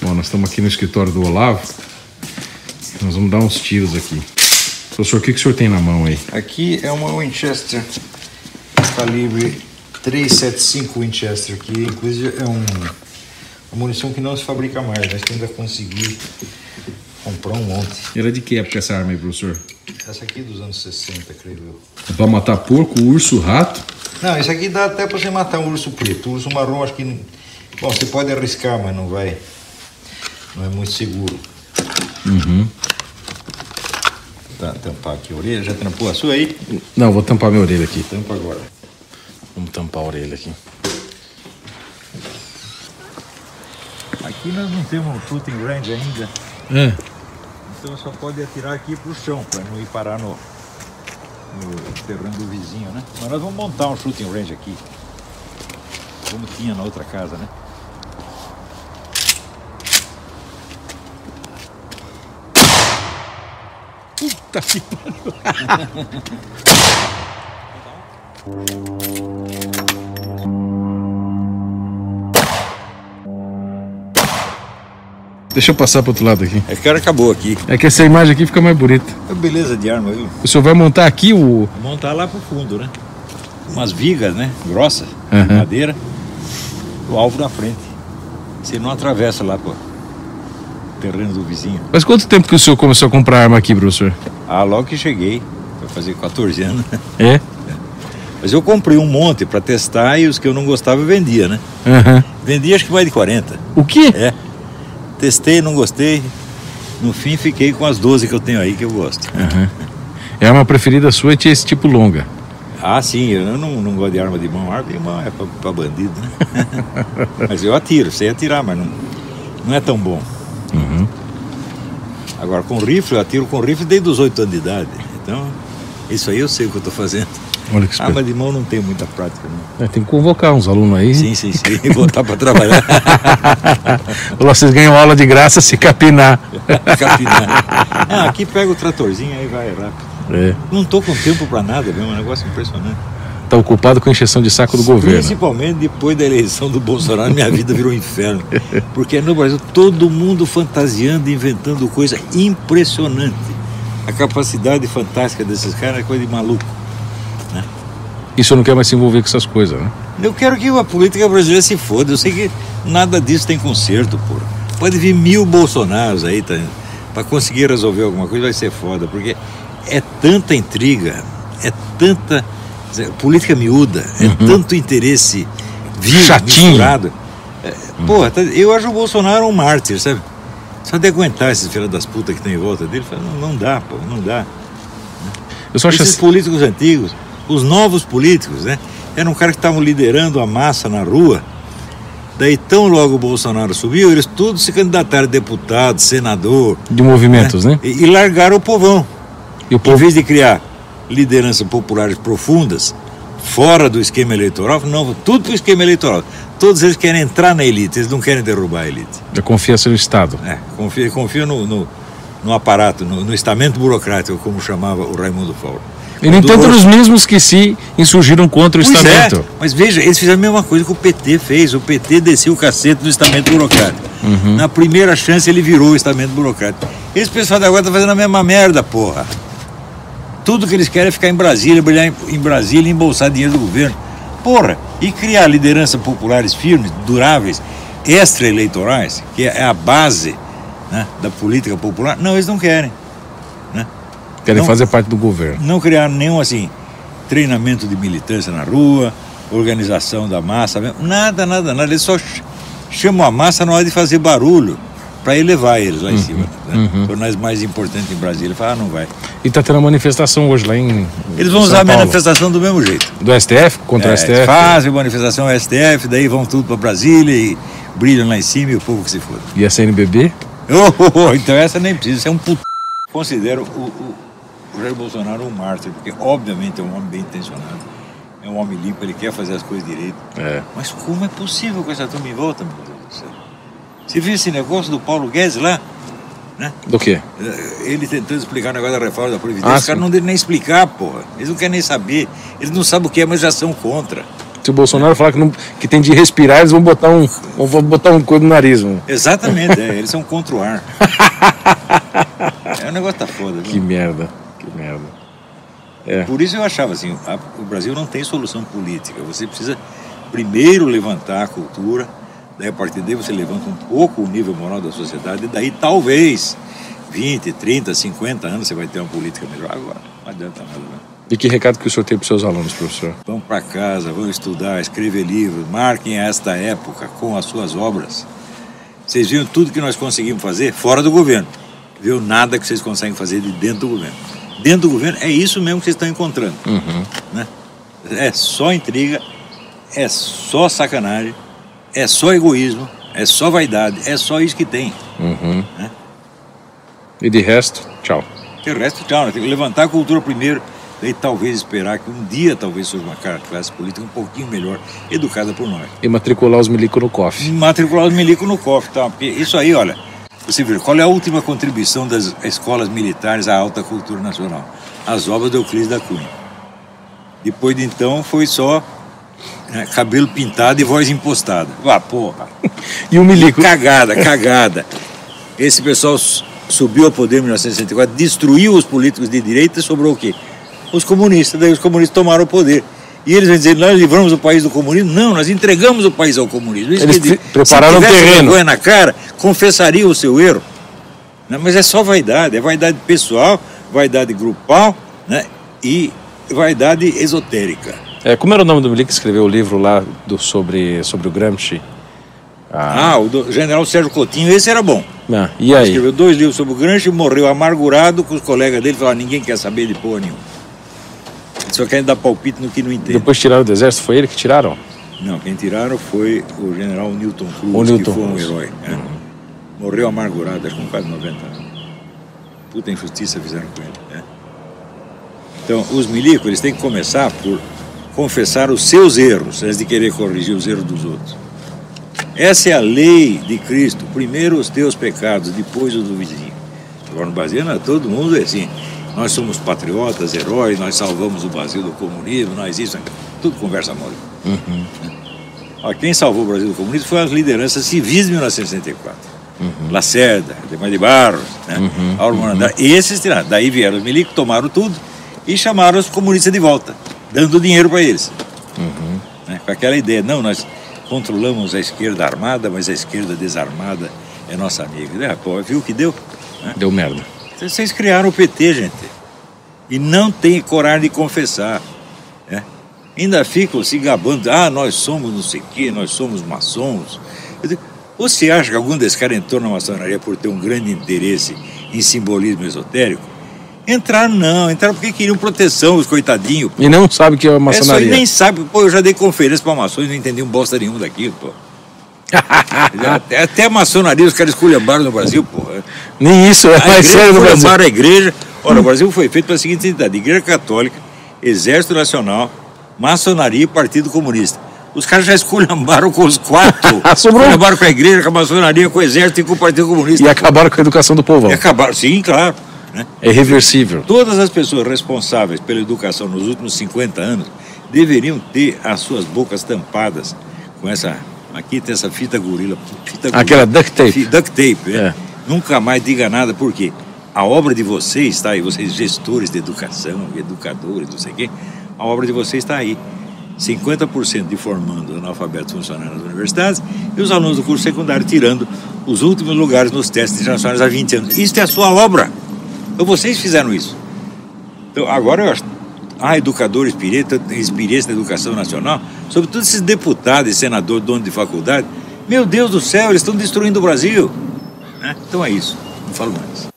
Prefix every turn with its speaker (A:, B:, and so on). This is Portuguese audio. A: Bom, nós estamos aqui no escritório do Olavo. Nós vamos dar uns tiros aqui. Professor, o que, que o senhor tem na mão aí?
B: Aqui é uma Winchester calibre 375 Winchester, que inclusive é um, uma munição que não se fabrica mais, mas que ainda consegui comprar um monte.
A: Era é de que época essa arma aí, professor?
B: Essa aqui é dos anos 60, creio eu.
A: É pra matar porco, urso, rato?
B: Não, isso aqui dá até pra você matar um urso preto. O urso marrom acho que. não- Bom, você pode arriscar, mas não vai. Não é muito seguro. Uhum. Tá, tampar aqui a orelha, já tampou a sua aí?
A: Não, vou tampar minha orelha aqui.
B: Tampa agora.
A: Vamos tampar a orelha aqui.
B: Aqui nós não temos um shooting range ainda,
A: É.
B: então só pode atirar aqui pro chão, pra não ir parar no, no terreno do vizinho, né? Mas nós vamos montar um shooting range aqui. Como tinha na outra casa, né?
A: Puta Tá que pariu. Deixa eu passar pro outro lado aqui.
B: É que hora acabou aqui.
A: É que essa imagem aqui fica mais bonita.
B: É beleza de arma, viu?
A: O senhor vai montar aqui o.
B: montar lá pro fundo, né? Umas vigas, né? Grossas,
A: Aham.
B: de madeira. O alvo na frente. Você não atravessa lá pro terreno do vizinho.
A: Mas quanto tempo que o senhor começou a comprar arma aqui, professor?
B: Ah, logo que cheguei, vai fazer 14 anos.
A: É?
B: Mas eu comprei um monte pra testar e os que eu não gostava eu vendia, né?
A: Aham.
B: Vendi acho que mais de 40.
A: O quê?
B: É. Testei, não gostei. No fim fiquei com as 12 que eu tenho aí que eu gosto.
A: Aham. É a arma preferida sua tinha esse tipo longa.
B: Ah, sim, eu não, não gosto de arma de mão. Arma de mão é pra, pra bandido, né? mas eu atiro, sei atirar, mas não, não é tão bom.
A: Uhum.
B: Agora, com rifle, eu atiro com rifle desde os 8 anos de idade. Então, isso aí eu sei o que eu tô fazendo.
A: Olha que esperto.
B: Arma de mão não tem muita prática, não.
A: É, tem que convocar uns alunos aí.
B: Sim, sim, sim. E botar pra trabalhar.
A: Olá, vocês ganham aula de graça se capinar.
B: Capinar. Ah, aqui pega o tratorzinho aí vai rápido.
A: É.
B: Não tô com tempo pra nada, viu? É um negócio impressionante.
A: Tá ocupado com a encheção de saco do governo.
B: Principalmente depois da eleição do Bolsonaro, minha vida virou um inferno. Porque no Brasil todo mundo fantasiando, e inventando coisa impressionante. A capacidade fantástica desses caras é coisa de maluco.
A: E o senhor não quer mais se envolver com essas coisas, né?
B: Eu quero que a política brasileira se foda. Eu sei que nada disso tem conserto, pô. Pode vir mil Bolsonaros aí, tá? Pra conseguir resolver alguma coisa vai ser foda, porque é tanta intriga, é tanta quer dizer, política miúda, é tanto interesse vivo,
A: Chatinho.
B: misturado. É, Porra, tá- eu acho o Bolsonaro um mártir, sabe? Só de aguentar esses filhos das putas que tem em volta dele, fala, não, não dá, pô, não dá.
A: Eu só acho
B: Esses
A: assim.
B: políticos antigos, os novos políticos, né? Eram caras que estavam liderando a massa na rua. Daí, tão logo o Bolsonaro subiu, eles todos se candidataram a deputado, senador.
A: De movimentos, né?
B: E, e largaram o povão.
A: E o
B: Em
A: povo.
B: vez de criar lideranças populares profundas, fora do esquema eleitoral, não, tudo pro esquema eleitoral. Todos eles querem entrar na elite, eles não querem derrubar a elite.
A: da confiança no Estado.
B: É, confia, confia no, no, no aparato, no, no estamento burocrático, como chamava o Raimundo Fauro.
A: E, no
B: Quando
A: entanto,
B: o-
A: eram os mesmos que se insurgiram contra o
B: Pois é,
A: Estamento.
B: mas veja, eles fizeram a mesma coisa que o PT fez. O PT desceu o cacete do estamento burocrático.
A: Uhum.
B: Na primeira chance ele virou o estamento burocrático. Esse pessoal de agora está fazendo a mesma merda, porra. Tudo que eles querem é ficar em Brasília, brilhar em, em Brasília e embolsar dinheiro do governo. Porra, e criar lideranças populares firmes, duráveis, extra-eleitorais, que é a base né, da política popular. Não, eles não querem.
A: Querem
B: Não.
A: fazer parte do governo.
B: Não criaram nenhum assim treinamento de militância na rua, organização da massa, mesmo, nada, nada, nada. Eles só ch- chamam a massa na hora de fazer barulho para elevar eles lá em
A: Uhum.
B: cima. Né? Tornar mais importante em Brasília. Ele Fala, ah, não vai.
A: E tá tendo uma manifestação hoje lá em.
B: Eles vão
A: São
B: usar a
A: Paulo. Então,
B: manifestação do mesmo jeito.
A: Do STF? Contra o
B: É,
A: STF?
B: Fazem manifestação ao STF, daí vão tudo para Brasília e brilham lá em cima e o povo que se foda.
A: E a CNBB?
B: Oh, oh, oh, então essa nem precisa, isso é um puto. Considero o, o, o Jair Bolsonaro um mártir, porque obviamente é um homem bem intencionado, é um homem limpo, ele quer fazer as coisas direito.
A: É.
B: Mas como é possível com essa turma em volta, meu Deus do céu? Você viu esse negócio do Paulo Guedes lá?
A: Do quê?
B: Eh, Ele tentando explicar o negócio da reforma da Previdência.
A: Ah,
B: Os
A: sim.
B: caras não devem nem explicar, porra. Eles não querem nem saber. Eles não sabem o que é, mas já são contra.
A: Se o Bolsonaro falar que, não, que tem de respirar, eles vão botar um, vão botar um coisa no nariz, mano.
B: Exatamente, é, eles são contra o ar. É um negócio tá foda. viu?
A: Que merda, que merda. É.
B: Por isso eu achava assim, a- o Brasil não tem solução política. Você precisa primeiro levantar a cultura, daí a partir daí você levanta um pouco o nível moral da sociedade, e daí talvez 20, 30, 50 anos você vai ter uma política melhor. Agora, não adianta nada, né?
A: E que recado que o senhor tem para seus alunos, professor?
B: Vão para casa, vão estudar, escrever livros, marquem esta época com as suas obras. Vocês viram tudo que nós conseguimos fazer fora do governo. Viu nada que vocês conseguem fazer de dentro do governo. Dentro do governo é isso mesmo que vocês estão encontrando. Né? É só intriga, é só sacanagem, é só egoísmo, é só vaidade, é só isso que tem.
A: Uhum.
B: Né?
A: E de resto, tchau.
B: Porque o resto, tchau, né? tem que levantar a cultura primeiro, daí talvez esperar que um dia talvez surja uma cara- classe política um pouquinho melhor, educada por nós.
A: E matricular os milico no cofre.
B: matricular os milico no cofre, tá? Porque isso aí, olha, você vê, qual é a última contribuição das escolas militares à alta cultura nacional? As obras do Euclides da Cunha. Depois de então foi só né, cabelo pintado e voz impostada. Vá, porra.
A: E o milico?
B: Cagada, cagada. Esse pessoal s- subiu ao poder em 1964, destruiu os políticos de direita e sobrou o quê? Os comunistas. Daí os comunistas tomaram o poder. E eles vão dizer, nós livramos o país do comunismo. Não, nós entregamos o país ao comunismo. Isso
A: Eles
B: quer dizer,
A: pre- prepararam o
B: se tivesse
A: terreno.
B: vergonha na cara, confessaria o seu erro. Não, mas é só vaidade. É vaidade pessoal, vaidade grupal né? e vaidade esotérica.
A: É, como era o nome do milico que escreveu o livro lá do, sobre, sobre o Gramsci?
B: Ah, o do- general Sérgio Coutinho, esse era bom.
A: Ah, e aí?
B: Escreveu dois livros sobre o Gramsci e morreu amargurado com os colegas dele. Falaram, ninguém quer saber de porra nenhuma. Eles Só querem dar palpite no que não entende.
A: Depois tiraram do exército? Foi ele que tiraram?
B: Não, quem tiraram foi o general Newton Cruz,
A: O
B: que
A: Newton
B: foi um
A: Cruz. Uhum.
B: herói. né? Morreu amargurado, acho que com quase 90 anos. Puta injustiça fizeram com ele. né? Então, os milicos, eles têm que começar por confessar os seus erros, antes de querer corrigir os erros dos outros. Essa é a lei de Cristo. Primeiro os teus pecados, depois os do vizinho. Agora no Brasil, não, todo mundo é assim. Nós somos patriotas, heróis, nós salvamos o Brasil do comunismo, nós isso, tudo conversa mole. Ó, quem salvou o Brasil do comunismo foi as lideranças civis de 1964. Lacerda, Ademar de Barros, né? Álvaro uhum. Esses tiraram. Daí vieram os milicos, tomaram tudo e chamaram os comunistas de volta, dando dinheiro para eles. Né? Com aquela ideia, não, nós controlamos a esquerda armada, mas a esquerda desarmada é nossa amiga. Né? Pô, viu o que deu? né?
A: Deu merda.
B: Vocês criaram o PT, gente. E não tem coragem de confessar. né? Ainda ficam se gabando. Ah, nós somos não sei o quê, nós somos maçons. Eu digo, Você acha que algum desses caras entrou na maçonaria por ter um grande interesse em simbolismo esotérico? Entraram não, entraram porque queriam proteção, os coitadinhos.
A: E não sabe que é
B: Essa aí
A: maçonaria.
B: nem sabe, pô, eu já dei conferência pra maçons e não entendi um bosta nenhum daquilo, pô. Já- até, até a maçonaria os caras esculhambaram no Brasil, pô. né?
A: Nem isso, é
B: A
A: mais
B: igreja
A: sério no
B: foi
A: Brasil.
B: levar a igreja. Ora, o Brasil foi feito pela seguinte entidade: Igreja Católica, Exército Nacional, Maçonaria e Partido Comunista. Os caras já esculhambaram com os quatro.
A: Sobrou.
B: Esculhambaram com a igreja, com a maçonaria, com o exército e com o Partido Comunista.
A: E acabaram com a educação do povão.
B: E acabaram, sim, claro. né?
A: É irreversível.
B: Todas as pessoas responsáveis pela educação nos últimos 50 anos deveriam ter as suas bocas tampadas com essa. Aqui tem essa fita gorila. Fita gorila.
A: Aquela duct tape.
B: Fi- Duct tape, é.
A: É.
B: Nunca mais diga nada, porque a obra de vocês está aí, vocês gestores de educação, educadores, não sei o quê, a obra de vocês está aí. 50% de formando analfabetos funcionários nas universidades e os alunos do curso secundário tirando os últimos lugares nos testes internacionais há 20 anos. Isso é a sua obra. Então vocês fizeram isso. Então, agora eu acho. Ah, educador, experiência, experiência da educação nacional, sobretudo esses deputados e senadores, donos de faculdade. Meu Deus do céu, eles estão destruindo o Brasil. né? Então é isso. Não falo mais.